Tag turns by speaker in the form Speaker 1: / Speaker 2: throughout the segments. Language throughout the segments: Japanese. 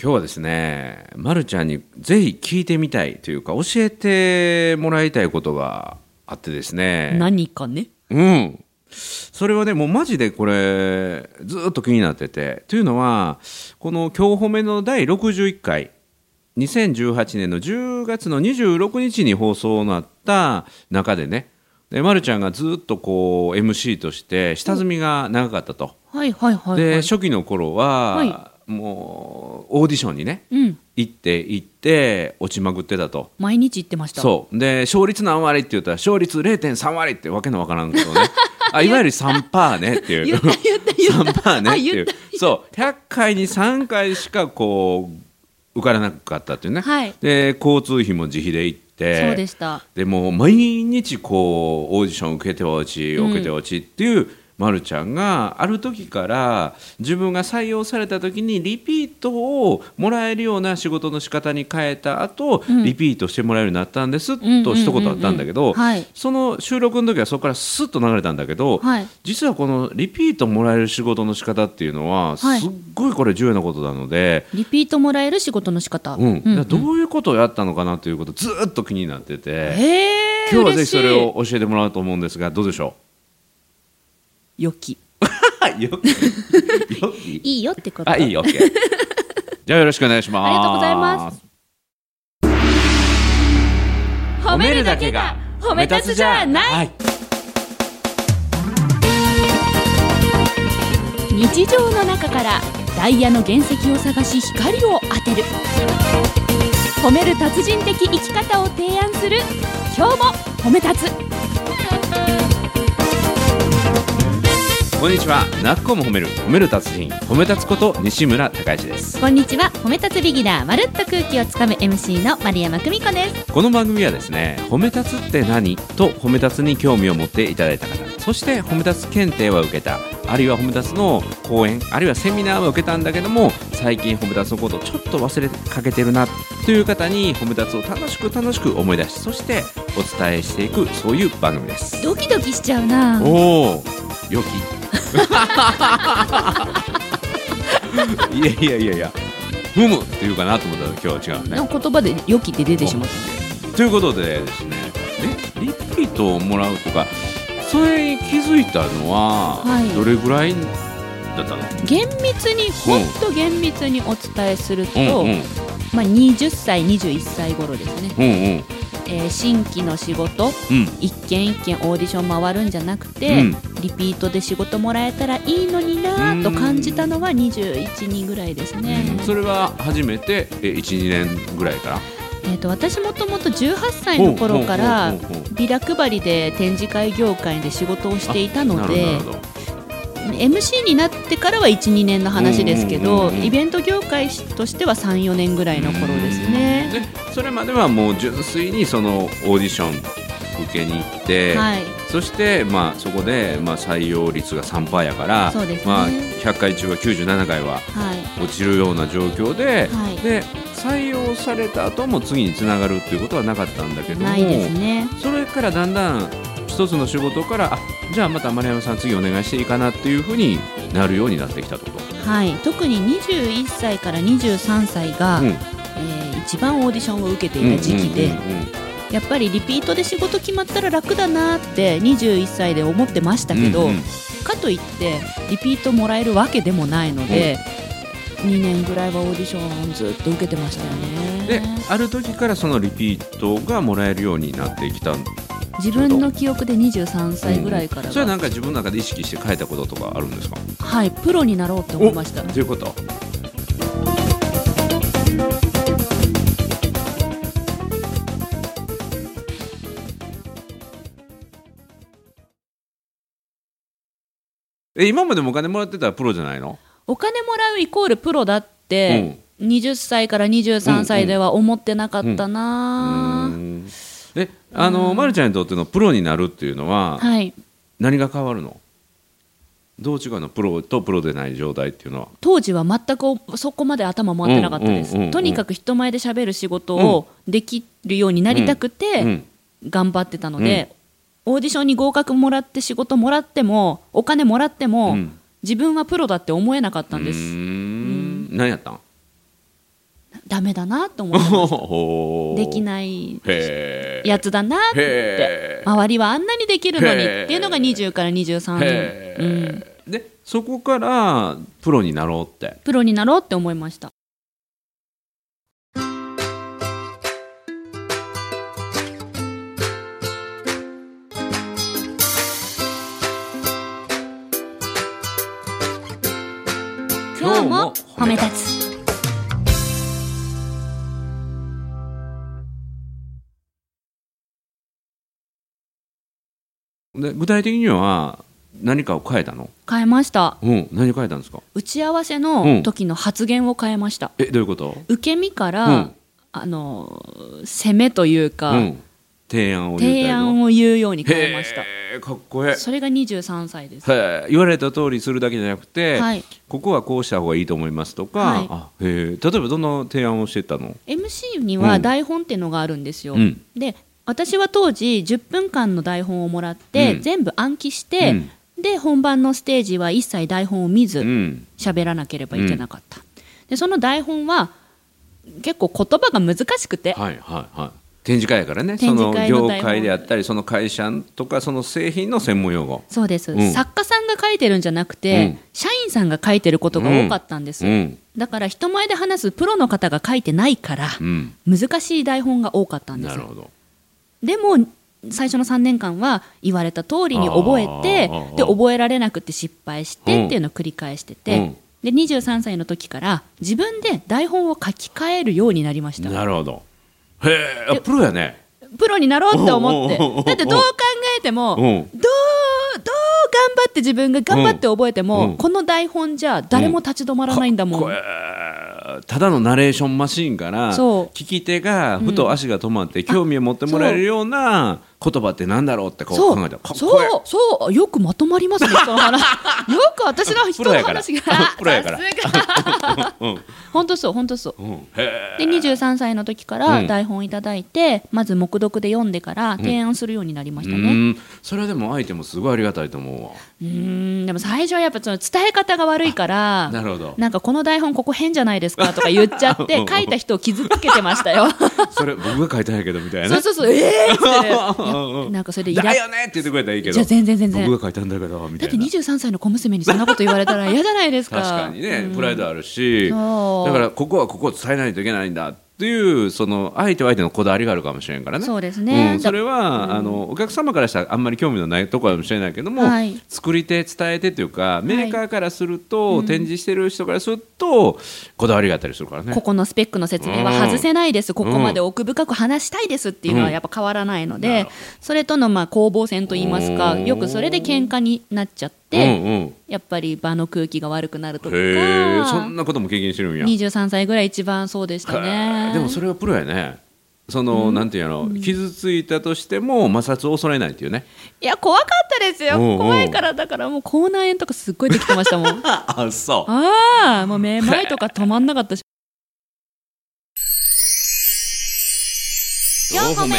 Speaker 1: 今日はですね、ま、るちゃんにぜひ聞いてみたいというか教えてもらいたいことがあってですね
Speaker 2: 何かね
Speaker 1: うん。それはね、もうマジでこれ、ずーっと気になってて。というのは、この今日褒めの第61回、2018年の10月の26日に放送のあった中でね、でま、るちゃんがずーっとこう MC として下積みが長かったと。
Speaker 2: はいはいはい、
Speaker 1: で、
Speaker 2: はい、
Speaker 1: 初期の頃は、
Speaker 2: は
Speaker 1: もうオーディションにね、
Speaker 2: うん
Speaker 1: 行って行って落ちまくってたと。
Speaker 2: 毎日言ってました
Speaker 1: そうで勝率何割って言ったら勝率0.3割ってわけのわからんこと ねあいわゆる3パーねっていう
Speaker 2: 言った言った言った
Speaker 1: 3パーねってい
Speaker 2: あ言
Speaker 1: う
Speaker 2: った
Speaker 1: そう100回に3回しかこう受からなかったっていうね、
Speaker 2: はい
Speaker 1: で交通費も自費で行って
Speaker 2: そうでした
Speaker 1: でもう毎日こうオーディション受けて落ち受けて落ちっていう、まるちゃんがある時から自分が採用された時にリピートをもらえるような仕事の仕方に変えた後、リピートしてもらえるようになったんです
Speaker 2: んうんうんう
Speaker 1: と
Speaker 2: ん
Speaker 1: 一言あったんだけど
Speaker 2: はい
Speaker 1: その収録の時はそこからスッと流れたんだけど、
Speaker 2: はい
Speaker 1: 実はこのリピートもらえる仕事の仕方っていうのはすっ
Speaker 2: はい
Speaker 1: ごいこれ重要なことなので、
Speaker 2: リピートもらえる仕事の仕方
Speaker 1: うん
Speaker 2: う
Speaker 1: だ
Speaker 2: ん
Speaker 1: からどういうことをやったのかなということずーっと気になってて。
Speaker 2: へえ
Speaker 1: 今日はぜひそれを教えてもらおうと思うんですがどうでしょ
Speaker 2: 良き
Speaker 1: う よきよき
Speaker 2: いいよってこと
Speaker 1: あいい よ OK じゃあよろしくお願いします
Speaker 2: ありがとうございます褒
Speaker 1: はい、
Speaker 2: 日常の中からダイヤの原石を探し光を当てる褒める達人的生き方を提案する今日も褒め立つ
Speaker 1: こんにちはなっこも褒める褒める達人褒め立つこと西村孝之です
Speaker 2: こんにちは褒め立つビギナーまるっと空気をつかむ MC の丸山久美子です
Speaker 1: この番組はですね褒め立つって何と褒め立つに興味を持っていただいた方そして褒め立つ検定は受けたあるいは褒め立つの講演あるいはセミナーは受けたんだけども最近褒め立つのことをちょっと忘れかけてるなという方に褒め立つを楽しく楽しく思い出しそしてお伝えしていくそういう番組です
Speaker 2: ドキドキしちゃうな
Speaker 1: おお良きいやいやいやいやふむっていうかなと思ったら今日は違うね
Speaker 2: なんか言葉で良きって出てしまっ
Speaker 1: ということでですねえリピートをもらうとかそれに気づいたのは
Speaker 2: はい
Speaker 1: どれぐらいだったの、
Speaker 2: た厳密に
Speaker 1: う
Speaker 2: も
Speaker 1: ん
Speaker 2: っと厳密にお伝えすると、
Speaker 1: うんうん
Speaker 2: まあ、20歳21歳頃ですね、
Speaker 1: うんうん
Speaker 2: えー新規の仕事
Speaker 1: うん
Speaker 2: 一件一件オーディション回るんじゃなくて、
Speaker 1: うん
Speaker 2: リピートで仕事もらえたらいいのになと感じたのは21人ぐらいですね、
Speaker 1: うんそれは初めて12年ぐらいから
Speaker 2: えー、と私もともと18歳の頃から
Speaker 1: ほうほうほうほう
Speaker 2: ビラ配りで展示会業界で仕事をしていたの
Speaker 1: あなるほど
Speaker 2: で
Speaker 1: なるほど
Speaker 2: MC になってからは12年の話ですけ
Speaker 1: うんうん
Speaker 2: ど
Speaker 1: うんうん
Speaker 2: イベント業界としては34年ぐらいの頃ですね。
Speaker 1: でそれまではもう純粋にそのオーディション受けに行って、
Speaker 2: はい、
Speaker 1: そして、まあ、そこで、まあ、採用率が3%やから、
Speaker 2: そうですね
Speaker 1: まあ、100回中は97回は
Speaker 2: はい
Speaker 1: 落ちるような状況で,、
Speaker 2: はい
Speaker 1: で採用された後も次につながるっていうことはなかったんだけども
Speaker 2: ないですね。
Speaker 1: それからだんだん一つの仕事からあじゃあまた丸山さん次お願いしていいかなっていうふうになるようになってきたってこと
Speaker 2: はい、特に21歳から23歳が、
Speaker 1: うん
Speaker 2: えー一番オーディションを受けていた時期で、
Speaker 1: うんうんうんうん
Speaker 2: やっぱりリピートで仕事決まったら楽だなって21歳で思ってましたけど、
Speaker 1: うんうん
Speaker 2: かといってリピートもらえるわけでもないので、2年ぐらいはオーディションずっと受けてましたよ
Speaker 1: で
Speaker 2: ね
Speaker 1: ある時からそのリピートがもらえるようになってきた
Speaker 2: 自分の記憶で23歳ぐらいから
Speaker 1: それは
Speaker 2: が、
Speaker 1: なんか自分の中で意識して変えたこととかあるんですか
Speaker 2: はい、プロになろうって思いました
Speaker 1: おということえ今までもお金もらってたらプロじゃないの
Speaker 2: お金もらうイコールプロだって、20歳から23歳では思ってなかったな、
Speaker 1: うんえあの、まるちゃんにとってのプロになるっていうのは
Speaker 2: はい、
Speaker 1: 何が変わるのどう違うのプロとプロでない状態っていうのは
Speaker 2: 当時は全くそこまで頭回ってなかったで
Speaker 1: うんうんうんう
Speaker 2: す
Speaker 1: ん
Speaker 2: とにかく人前で喋る仕事をできるようになりたく
Speaker 1: う
Speaker 2: て
Speaker 1: ん
Speaker 2: 頑張ってたので、オーディションに合格もらって仕事もらってもお金もらっても、
Speaker 1: うん
Speaker 2: 自分はプロだって思えなかったんです、
Speaker 1: うーん何やったん
Speaker 2: ダメだなと思ってまし た
Speaker 1: おー
Speaker 2: できない
Speaker 1: へー
Speaker 2: やつだなって
Speaker 1: へー
Speaker 2: 周りはあんなにできるのに
Speaker 1: へー
Speaker 2: っていうのが20から23
Speaker 1: へ
Speaker 2: 年、
Speaker 1: ー
Speaker 2: うん、
Speaker 1: でそこからプロになろうって
Speaker 2: プロになろうって思いました今日も褒め立つ
Speaker 1: で具体的には何かを変えたの
Speaker 2: 変えました
Speaker 1: うん何変えたんですか
Speaker 2: 打ち合わせ
Speaker 1: うん
Speaker 2: の時の発言を変えました、
Speaker 1: えどういうこと
Speaker 2: 受け身から、
Speaker 1: うん
Speaker 2: あの攻めというか、
Speaker 1: うん提案を言うタイプ
Speaker 2: 提案を言うように変えました
Speaker 1: へーかっこええ
Speaker 2: それが23歳です
Speaker 1: へー言われた通りするだけじゃなくて、
Speaker 2: はい
Speaker 1: ここはこうした方がいいと思いますとか、
Speaker 2: はい
Speaker 1: あへー例えばどんな提案をしてたの
Speaker 2: MC に
Speaker 1: う
Speaker 2: は
Speaker 1: ん
Speaker 2: 台本っていうのがあるんですよ、
Speaker 1: うん
Speaker 2: で私は当時10分間の台本をもらって、
Speaker 1: うん
Speaker 2: 全部暗記して、で本番のステージは一切台本を見ず、
Speaker 1: うん
Speaker 2: 喋らなければいけなかった、でその台本は結構言葉が難しくて、
Speaker 1: はいはいはい展示会やからね
Speaker 2: 展示
Speaker 1: その
Speaker 2: 会の台
Speaker 1: 業
Speaker 2: 本
Speaker 1: 界であったりその会社とかその製品の専門用語
Speaker 2: そうです、
Speaker 1: うん
Speaker 2: 作家さんが書いてるんじゃなくて、
Speaker 1: うん
Speaker 2: 社員さんが書いてることが多かったんです、
Speaker 1: うん
Speaker 2: だから人前で話すプロの方が書いてないから、
Speaker 1: うん
Speaker 2: 難しい台本が多かったんで
Speaker 1: な
Speaker 2: す
Speaker 1: るほど
Speaker 2: でも最初の3年間は言われた通りに覚えて
Speaker 1: あー
Speaker 2: で覚えられなくて失敗して
Speaker 1: うん
Speaker 2: っていうのを繰り返して
Speaker 1: う
Speaker 2: て
Speaker 1: ん、
Speaker 2: で23歳の時から自分で台本を書き換えるようになりました
Speaker 1: なるほどへえあプロやね
Speaker 2: プロになろうって思って
Speaker 1: おうおうおうおう
Speaker 2: だってどう考えても
Speaker 1: う
Speaker 2: どうどうん頑張って自分が頑張って覚えて
Speaker 1: うんう
Speaker 2: も
Speaker 1: ん
Speaker 2: この台本じゃ誰も立ち止まらないんだも
Speaker 1: こ
Speaker 2: ん
Speaker 1: れただのナレーションマシーンから
Speaker 2: そ
Speaker 1: 聞
Speaker 2: う
Speaker 1: き手がふと足が止まって興味を持ってもらえるような言葉ってなんだろうってこう
Speaker 2: そ
Speaker 1: 考え
Speaker 2: う
Speaker 1: たかっこええ
Speaker 2: そうそうよくまとまります ね人の話よく私の人
Speaker 1: プロ
Speaker 2: の
Speaker 1: やから
Speaker 2: 話が
Speaker 1: プロやから
Speaker 2: さすが本当そう本当そう
Speaker 1: うんへ
Speaker 2: で23歳の時か
Speaker 1: う
Speaker 2: ら
Speaker 1: ん
Speaker 2: 台本いただいて、まず黙読で読んでから提案するようになりま
Speaker 1: え
Speaker 2: し
Speaker 1: う
Speaker 2: たね
Speaker 1: んそれはでも相手もすごいありがたいと思うわ
Speaker 2: うんんでも最初はやっぱその伝え方が悪いから
Speaker 1: なるほど
Speaker 2: なんかこの台本ここ変じゃないですかとか言っちゃっ
Speaker 1: う
Speaker 2: て
Speaker 1: ん
Speaker 2: 書いた人を傷つけてましたよ
Speaker 1: それ僕が書いた んやけどみたい
Speaker 2: そ
Speaker 1: な
Speaker 2: うそうそうええー、っ て
Speaker 1: うん
Speaker 2: いやなんかそれでイラ
Speaker 1: だ
Speaker 2: ッ
Speaker 1: よねって言ってくれたらいいけ
Speaker 2: じゃ
Speaker 1: ど
Speaker 2: あ全然全然
Speaker 1: 僕が書いたんだけどみた
Speaker 2: だ
Speaker 1: い
Speaker 2: っ
Speaker 1: な
Speaker 2: て23歳の小娘にそんなこと言われたら嫌じゃないですか
Speaker 1: 確かにね、
Speaker 2: うん
Speaker 1: プライドあるしだ
Speaker 2: そう
Speaker 1: からここはここを伝えないといけないんだっていうその相手は相手のこだわりがあるかもしれんからね
Speaker 2: そうですね
Speaker 1: うんそれは、あのお客様からしたらあんまり興味のないところかもしれないけども、
Speaker 2: はい
Speaker 1: 作り手伝え手というかメーカーからすると、展示してる人からするとこだわりがあったりするからね
Speaker 2: こ。このスペックの説明は外せないです、ここまで奥深く話したいですっていうの
Speaker 1: う
Speaker 2: は
Speaker 1: ん
Speaker 2: やっぱ変わらないの
Speaker 1: な
Speaker 2: で、
Speaker 1: るほ
Speaker 2: それとのまあ攻防戦といいますか、
Speaker 1: うん
Speaker 2: よくそれで喧嘩になっちゃって、
Speaker 1: うんうん、
Speaker 2: やっぱり場の空気が悪くなるとか、
Speaker 1: へえそんなことも経験してるんや。
Speaker 2: 23歳ぐらい一番そうでした
Speaker 1: へ
Speaker 2: ね
Speaker 1: え。でもそれはプロやね。その、なんていうの、傷ついたとしても摩擦を恐れないっていうね。
Speaker 2: いや、怖かったですよ、
Speaker 1: うんうん
Speaker 2: 怖いから、だからもう口内炎とかすっごいできてましたも ん。
Speaker 1: あ、そ
Speaker 2: ああ、もうめまいとか止まんなかったし。
Speaker 1: う4個目。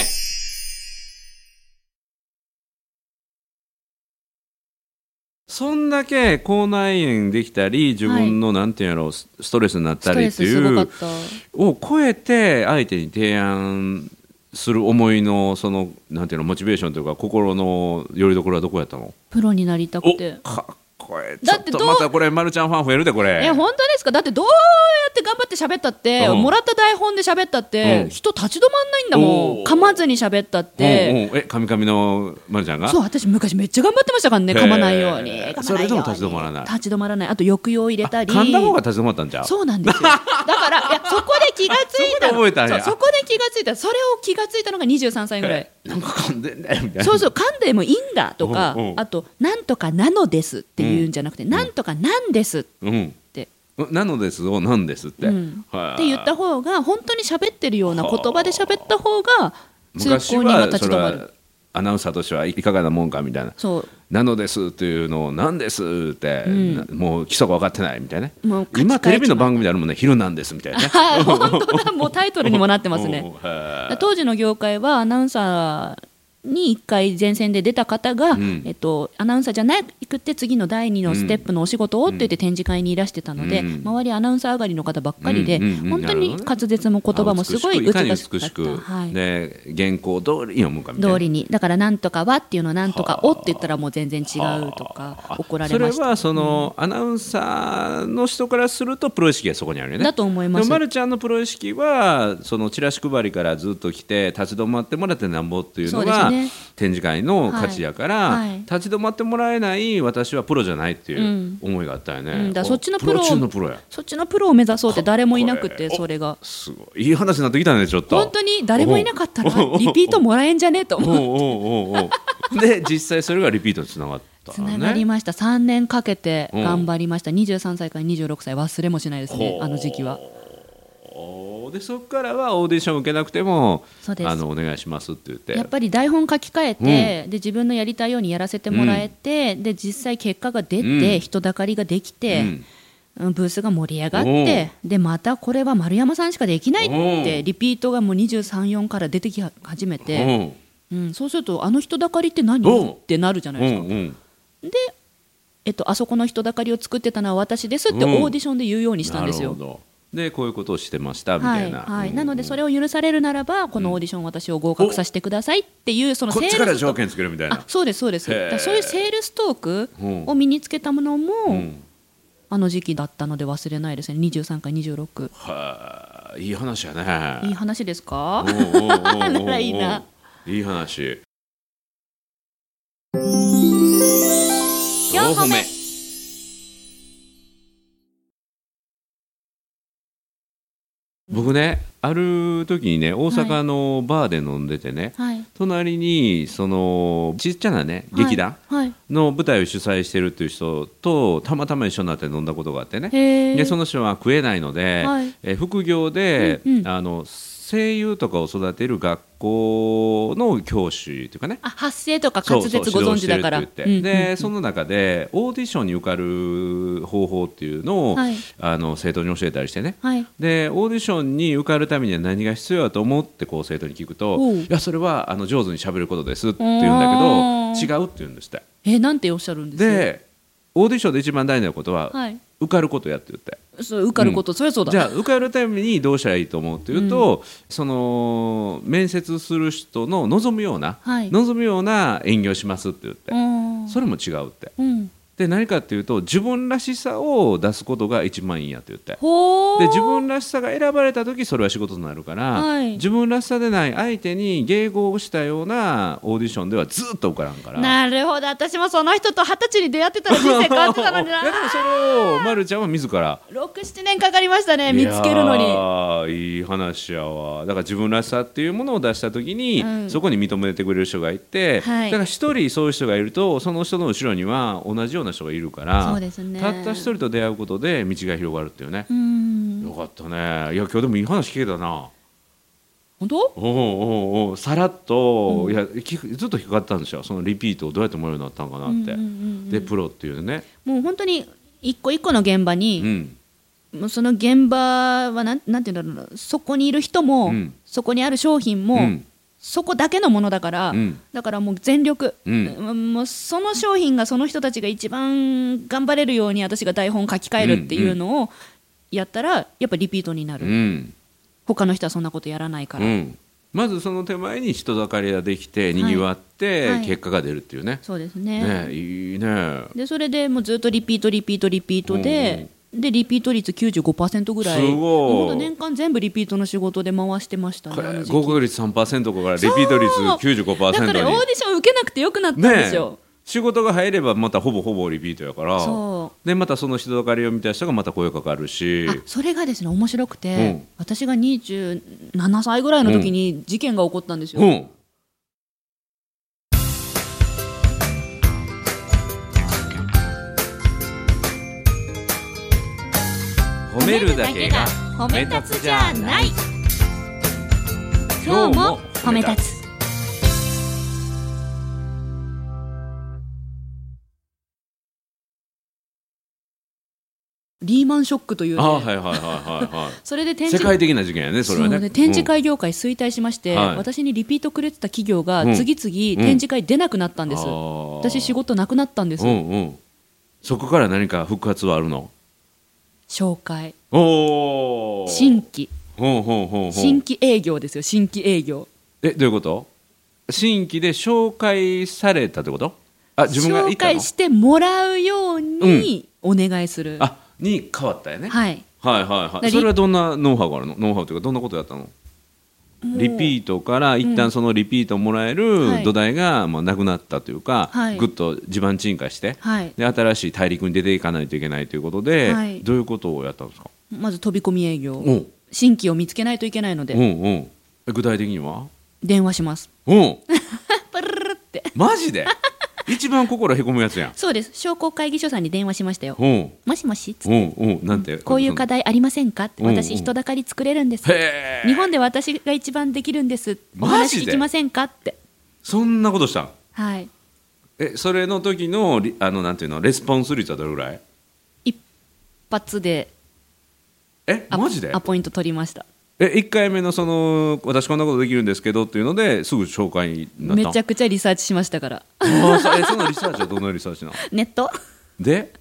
Speaker 1: そんだけ口内炎できたり自分のなんていうんやろスストレスになっ
Speaker 2: ス
Speaker 1: た
Speaker 2: ト
Speaker 1: り
Speaker 2: レ
Speaker 1: って
Speaker 2: ス
Speaker 1: い
Speaker 2: すごかっ
Speaker 1: う
Speaker 2: た。
Speaker 1: を超えて相手に提案する思いのそのなんていうのモチベーションというか心の拠り所はどこやったの
Speaker 2: プロになりたくて。
Speaker 1: おかっこええ
Speaker 2: だって
Speaker 1: ちょっと
Speaker 2: どう
Speaker 1: またこれまるちゃんファン増えるでこれ
Speaker 2: え本当ですかだってどうやって頑張って喋ったって、
Speaker 1: うん
Speaker 2: もらった台本で喋ったって、
Speaker 1: うん
Speaker 2: 人立ち止まんないんだもん
Speaker 1: おー
Speaker 2: 噛まずに喋ったっ
Speaker 1: うん
Speaker 2: て、
Speaker 1: うんえカミカミのまるちゃんが
Speaker 2: そう私昔めっちゃ頑張ってましたからね
Speaker 1: へー
Speaker 2: 噛まないように噛まないように
Speaker 1: それでも立ち止まらない
Speaker 2: 立ち止まらないあと抑揚を入れたり
Speaker 1: 噛んだ方が立ち止まったんじゃう
Speaker 2: そうなんですよだからいやそこで気がつい た
Speaker 1: そこで覚えたんや
Speaker 2: そうそこで気がついたそれを気がついたのが23歳ぐらい
Speaker 1: なんか噛んでんだよみたいな
Speaker 2: そうそう噛んでもいいんだとか
Speaker 1: うんうん
Speaker 2: あと「なんとかなのです」っていうんじゃなくて「なんとかなんです」っ
Speaker 1: うん
Speaker 2: て
Speaker 1: なのですをなんですって、
Speaker 2: うん
Speaker 1: はい
Speaker 2: って言った方が本当に喋ってるような言葉で喋った方が通
Speaker 1: 昔
Speaker 2: 行人が
Speaker 1: は
Speaker 2: 立ち
Speaker 1: それ
Speaker 2: 止まる
Speaker 1: はアナウンサーとしてはいかがなもんかみたいな
Speaker 2: そう
Speaker 1: なのですっていうのをなんですって、
Speaker 2: ん
Speaker 1: なもう基礎が分かってないみたいな
Speaker 2: もう書き換え
Speaker 1: 今テレビの番組であるもんね「昼なんです」みたいなね
Speaker 2: あ 本当だもうタイトルにもなってますね
Speaker 1: おーへ
Speaker 2: 当時の業界はアナウンサーに1回前線で出た方が、
Speaker 1: ん
Speaker 2: えっと、アナウンサーじゃなくて次の第2のステップのお仕事をって言って展示会にいらしてたので、
Speaker 1: うん
Speaker 2: 周りアナウンサー上がりの方ばっかりで、
Speaker 1: うんうんうん
Speaker 2: 本当
Speaker 1: なるほ
Speaker 2: に
Speaker 1: どね
Speaker 2: 滑舌も言葉もすごい
Speaker 1: 美しくいかに
Speaker 2: 美しか
Speaker 1: 美
Speaker 2: っ。
Speaker 1: したく、
Speaker 2: はい
Speaker 1: で原稿通りに読むかみたいな
Speaker 2: 通りにだから「なんとかは」っていうのを「なんとかを」って言ったらもう全然違うとか怒られまし
Speaker 1: それ
Speaker 2: た
Speaker 1: はその、アナウンサーの人からするとプロ意識がそこにあるよね
Speaker 2: だと思いま
Speaker 1: ですもまるちゃんのプロ意識はそのチラシ配りからずっと来て立ち止まってもらってなんぼっていうのが
Speaker 2: そうですね
Speaker 1: 展示会の価値やから、
Speaker 2: はいはい
Speaker 1: 立ち止まってもらえない私はプロじゃないっていううん思いがあったよね、
Speaker 2: うんだ
Speaker 1: お
Speaker 2: からそっちのプロ
Speaker 1: 中のプロや
Speaker 2: そっちのプロを目指そうって誰もいなくて
Speaker 1: かっこいい
Speaker 2: それが
Speaker 1: すごいいい話になってきたねちょっと
Speaker 2: 本当に誰もいなかったら
Speaker 1: おう
Speaker 2: リピートもらえんじゃねえと
Speaker 1: おう
Speaker 2: 思う
Speaker 1: おうおうおうで実際それがリピートにつながった
Speaker 2: つ
Speaker 1: のね
Speaker 2: ながりました3年かけて
Speaker 1: うん
Speaker 2: 頑張りました23歳から26歳忘れもしないですね
Speaker 1: ほう
Speaker 2: あの時期は
Speaker 1: おーでそこからはオーディション受けなくても
Speaker 2: そうです
Speaker 1: あのお願いしますって言って
Speaker 2: やっぱり台本書き換えて、で自分のやりたいようにやらせてもらえて、で実際結果が出て、
Speaker 1: うん
Speaker 2: 人だかりができ
Speaker 1: う
Speaker 2: て、
Speaker 1: ん
Speaker 2: うんブースが盛り上がってでまたこれは丸山さんしかできないっ
Speaker 1: おう
Speaker 2: てリピートがもう234から出てき始めて、
Speaker 1: うん
Speaker 2: うん、そうするとあの人だかりって何
Speaker 1: おう
Speaker 2: ってなるじゃないうですか、
Speaker 1: んうん
Speaker 2: えっと、あそこの人だかりを作ってたのは私ですって
Speaker 1: う
Speaker 2: オ
Speaker 1: ん
Speaker 2: ーディションで言うようにしたんですよ。
Speaker 1: なるほどでこういうことをしてましたみ
Speaker 2: は
Speaker 1: た
Speaker 2: い
Speaker 1: いな、
Speaker 2: はい、
Speaker 1: うん
Speaker 2: なのでそれを許されるならばこのオーディション私を合格させてくださいっていうその
Speaker 1: こっ
Speaker 2: セー
Speaker 1: ちから
Speaker 2: ルス
Speaker 1: 条件つけるみたい
Speaker 2: あ
Speaker 1: な、
Speaker 2: そうですそうです
Speaker 1: へー
Speaker 2: だからそういうセールストーク
Speaker 1: うん
Speaker 2: を身につけたものも、
Speaker 1: うん、
Speaker 2: あの時期だったので忘れないですね23から26
Speaker 1: はあいい話やね
Speaker 2: いい話ですか
Speaker 1: おうおうおうおう
Speaker 2: ならいいない
Speaker 1: い話
Speaker 2: 四歩目
Speaker 1: 僕ねある時にね大阪のバーで飲んでてね、
Speaker 2: はい
Speaker 1: 隣にそのちっちゃなね劇団
Speaker 2: はい、はい
Speaker 1: の舞台を主催してるっていう人とたまたま一緒になって飲んだことがあってね
Speaker 2: へえ
Speaker 1: でその人は食えないので、
Speaker 2: はい
Speaker 1: えー副業で、
Speaker 2: うんうん
Speaker 1: あの声優とかを育てる学校の教師というかね
Speaker 2: あ発声とか
Speaker 1: そう
Speaker 2: 滑舌ご
Speaker 1: そう
Speaker 2: 存知だから
Speaker 1: 指導してるって言って
Speaker 2: うんうん
Speaker 1: でその中でオーディションに受かる方法っていうのを、
Speaker 2: はい
Speaker 1: あの生徒に教えたりしてね
Speaker 2: はい
Speaker 1: でオーディションに受かるためには何が必要だと思うってこう生徒に聞くと
Speaker 2: おう
Speaker 1: いやそれはあの上手にしゃべることですって言うんだけど違うって言うんですって
Speaker 2: えなんておっしゃるんです
Speaker 1: でオーディションで一番大事なことは、
Speaker 2: はい
Speaker 1: 受かることやって言って
Speaker 2: そう受かること、そりゃそうだ
Speaker 1: じゃあ受かるためにどうしたらいいと思うっていうと、その面接する人の望むような、
Speaker 2: はい
Speaker 1: 望むような演技をしますって言って、
Speaker 2: うん
Speaker 1: それも違うって
Speaker 2: うん
Speaker 1: で何かっていうと自分らしさを出すことが一番いいんやって言って
Speaker 2: ほー
Speaker 1: で自分らしさが選ばれた時それは仕事になるから、
Speaker 2: はい
Speaker 1: 自分らしさでない相手に迎合したようなオーディションではずっと受からんから。
Speaker 2: なるほど私もその人と二十歳に出会ってたら人生変わってた のにない
Speaker 1: やでもそれをまるちゃんは自ら
Speaker 2: 67年かかりましたね見つけるの
Speaker 1: いや
Speaker 2: に
Speaker 1: ーいい話やわだから自分らしさっていうものを出した時に、
Speaker 2: うん
Speaker 1: そこに認めてくれる人がいて、
Speaker 2: は
Speaker 1: だ
Speaker 2: い
Speaker 1: から一人そういう人がいるとその人の後ろには同じような人がいるから
Speaker 2: そうですね
Speaker 1: たった一人と出会うことで道が広がるっていうね
Speaker 2: う、ん
Speaker 1: よかったねいや今日でもいい話聞けたな
Speaker 2: 本当
Speaker 1: おうおうおうさらっと、いや聞くずっと引っかかったんですよそのリピートをどうやってもらうようになったんかなって、
Speaker 2: うんうんうんうん
Speaker 1: でプロっていうね、
Speaker 2: もう本当に一個一個の現場
Speaker 1: う
Speaker 2: に、
Speaker 1: ん、
Speaker 2: もうその現場はなんなんていうんだろうなそこにいる人も、
Speaker 1: うん
Speaker 2: そこにある商品も、
Speaker 1: うん
Speaker 2: そこだけのものだから、
Speaker 1: うん
Speaker 2: だからもう全力、
Speaker 1: うん
Speaker 2: うんもうその商品がその人たちが一番頑張れるように私が台本書き換えるっていうのをやったらやっぱリピートにな
Speaker 1: う
Speaker 2: る、
Speaker 1: ん
Speaker 2: 他の人はそんなことやらないから、
Speaker 1: うん、まずその手前に人だかりができてにぎわって、
Speaker 2: はい
Speaker 1: 結果が出るっていうね
Speaker 2: そうですね
Speaker 1: ねいいね
Speaker 2: でそれでもうずっとリピートリピートリピートで、でリピート率95%ぐらい
Speaker 1: すごい
Speaker 2: もうほんと年間全部リピートの仕事で回してましたね
Speaker 1: こ
Speaker 2: あ
Speaker 1: れ
Speaker 2: の時期
Speaker 1: 合格率3%からリピート率
Speaker 2: だから
Speaker 1: 95%に
Speaker 2: オーディション受けなくてよくなったんですよ、
Speaker 1: 仕事が入ればまたほぼほぼリピートやから
Speaker 2: そ
Speaker 1: でまたその人だかりを見た人がまた声かかるし
Speaker 2: あそれがですね面白くて、
Speaker 1: うん
Speaker 2: 私が27歳ぐらいの時に事件が起こったんですよ、
Speaker 1: うん褒めるだけが
Speaker 2: 褒
Speaker 1: め立つじゃない
Speaker 2: 今日も褒め立つリーマンショックという、ね
Speaker 1: あはいはいはいはいは
Speaker 2: それで展
Speaker 1: い。世
Speaker 2: 示
Speaker 1: 界的な事件やね、それは
Speaker 2: そう
Speaker 1: ね。
Speaker 2: ね展示会業界衰退しまして、
Speaker 1: うんはい
Speaker 2: 私にリピートくれてた企業が
Speaker 1: うん
Speaker 2: 次々展示会出なくなったんです、
Speaker 1: あー
Speaker 2: 私仕事なくなったんです、
Speaker 1: うんうん。そこから何か復活はあるの
Speaker 2: 紹介
Speaker 1: おお。
Speaker 2: 新規
Speaker 1: ほうほうほうほう
Speaker 2: 新規営業ですよ新規営業
Speaker 1: え、どういうこと新規で紹介されたってことあ、自分が行
Speaker 2: 紹
Speaker 1: ったの
Speaker 2: 介してもらうようにお願いする、
Speaker 1: あ、に変わったよね。
Speaker 2: はい
Speaker 1: はいはいは
Speaker 2: で
Speaker 1: い。それはどんなノウハウがあるのノウハウというか、どんなことやったのリピートから一旦そのリピートをもらえ
Speaker 2: はい
Speaker 1: る土台がまあなくなったというか、
Speaker 2: はい
Speaker 1: ぐっと地盤沈下して、
Speaker 2: はい
Speaker 1: で新しい大陸に出ていかないといけないということで、
Speaker 2: はい
Speaker 1: どういうことをやったんですか
Speaker 2: まず飛び込み営業
Speaker 1: おう
Speaker 2: 新規を見つけないといけないの
Speaker 1: うんう
Speaker 2: で
Speaker 1: んえ具体的には
Speaker 2: 電話します
Speaker 1: うん
Speaker 2: プルルルって
Speaker 1: マジで一番心へこむやつやん
Speaker 2: そうです商工会議所さんに電話しましたよ
Speaker 1: うん
Speaker 2: もしもしつっ
Speaker 1: うんうんなんて
Speaker 2: こういう課題ありませんかって
Speaker 1: うんうん
Speaker 2: 私人だかり作れるんです
Speaker 1: へえ
Speaker 2: 日本で私が一番できるんですお
Speaker 1: マジで
Speaker 2: 話聞きませんかって
Speaker 1: そんなことしたん
Speaker 2: はい
Speaker 1: えそれの時のリあのなんていうのレスポンス率はどれぐらい
Speaker 2: 一発で
Speaker 1: え
Speaker 2: ア
Speaker 1: マジで
Speaker 2: アポイント取りました
Speaker 1: え1回目のその私こんなことできるんですけどっていうのですぐ紹介になった
Speaker 2: めちゃくちゃリサーチしましたから
Speaker 1: あーそえそのリサーチはどんなリサーチなの
Speaker 2: ネット
Speaker 1: で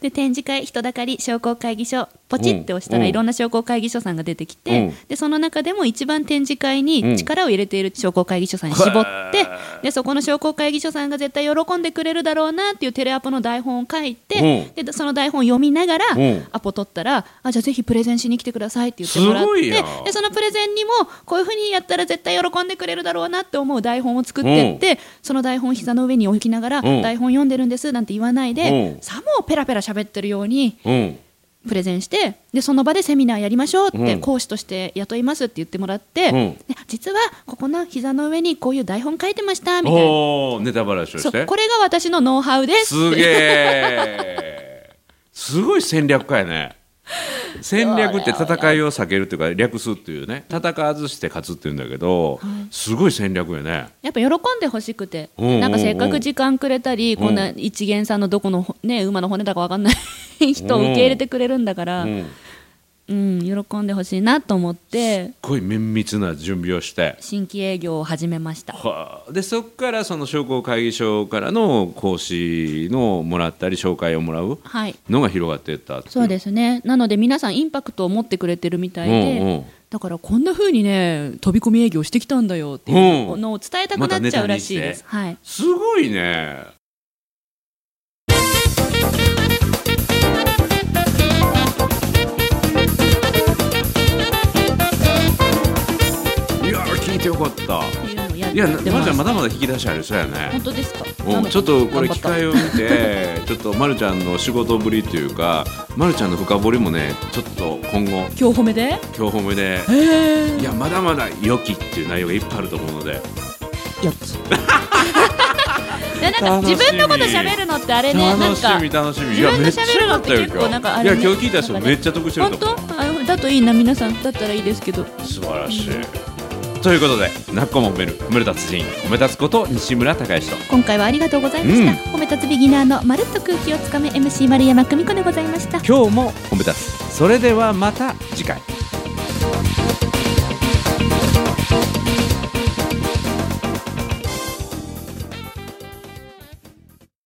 Speaker 2: で展示会人だかり商工会議所ポチって押したら
Speaker 1: うん
Speaker 2: いろんな商工会議所さんが出てきて、
Speaker 1: うん
Speaker 2: でその中でも一番展示会に力を入れている商工会議所さんに絞って、でそこの商工会議所さんが絶対喜んでくれるだろうなっていうテレアポの台本を書いて、でその台本読みながら、
Speaker 1: うん
Speaker 2: アポ取ったらあじゃあぜひプレゼンしに来てくださいって言ってもらっ
Speaker 1: すごいや
Speaker 2: てでそのプレゼンにもこういうふうにやったら絶対喜んでくれるだろうなって思う台本を作ってって、その台本を膝の上に置きながら、
Speaker 1: うん
Speaker 2: 台本読んでるんですなんて言わないで、
Speaker 1: うん
Speaker 2: さもペラペラ喋ってるように
Speaker 1: うん
Speaker 2: プレゼンしてでその場でセミナーやりましょうって、
Speaker 1: うん
Speaker 2: 講師として雇いますって言ってもらって、
Speaker 1: うん
Speaker 2: で実はここの膝の上にこういう台本書いてましたみたいな
Speaker 1: おおネタバラシを
Speaker 2: そ
Speaker 1: し
Speaker 2: う
Speaker 1: て
Speaker 2: これが私のノウハウです
Speaker 1: すげえすごい戦略家やね戦略って戦いを避けるっていうか略すっていうね戦わずして勝つっていうんだけどすごい戦略やね
Speaker 2: やっぱ喜んでほしくて、
Speaker 1: うんうんうん
Speaker 2: なんかせっかく時間くれたり、
Speaker 1: ん
Speaker 2: こんな一元さんのどこのほ、ね、馬の骨だかわかんない人を受け入れてくれるんだから、
Speaker 1: う
Speaker 2: うん
Speaker 1: ん
Speaker 2: 喜んでほしいなと思って
Speaker 1: すっごい綿密な準備をして
Speaker 2: 新規営業を始めました。
Speaker 1: はあでそこからその商工会議所からの講師のもらったり紹介をもらう
Speaker 2: はい
Speaker 1: のが広がっていったってい
Speaker 2: そうですね、なので皆さん、インパクトを持ってくれてるみたいで、
Speaker 1: うんうん
Speaker 2: だからこんな風にね、飛び込み営業してきたんだよっていうのを伝えたくなっちゃうらしいです。はい、
Speaker 1: すごいねいや聞いてよかった
Speaker 2: っていうのをや
Speaker 1: いや
Speaker 2: っ
Speaker 1: ま
Speaker 2: てま
Speaker 1: ちゃん
Speaker 2: す
Speaker 1: まだまだ引き出しありそうやね
Speaker 2: 本当ですか、
Speaker 1: うん、ちょっとこれ機
Speaker 2: を
Speaker 1: 会を見てちょっとまるちゃんの仕事ぶりというかまるちゃんの深掘りもねちょっと今後
Speaker 2: 今日褒めで
Speaker 1: 今日褒めで
Speaker 2: へー
Speaker 1: いやまだまだ良きっていう内容がいっぱいあると思うので
Speaker 2: よっ いやなんか自分のこと喋るのってあれねなん
Speaker 1: 楽し
Speaker 2: か
Speaker 1: み楽しみ
Speaker 2: 自分で喋るのって結構なんかあれ、
Speaker 1: いや
Speaker 2: ね、
Speaker 1: 今日聞いた人めっちゃ得してる
Speaker 2: 本
Speaker 1: と
Speaker 2: 当
Speaker 1: 思
Speaker 2: あだといいな皆さんだったらいいですけど
Speaker 1: う素晴らしいということで「なっこも褒める褒める達人褒め立つこと西村孝之と
Speaker 2: 今回はありがとうございました、
Speaker 1: うん
Speaker 2: 褒め立つビギナーのまるっと空気をつかめ MC 丸山久美子でございました
Speaker 1: 今日も褒め立つそれではまた次回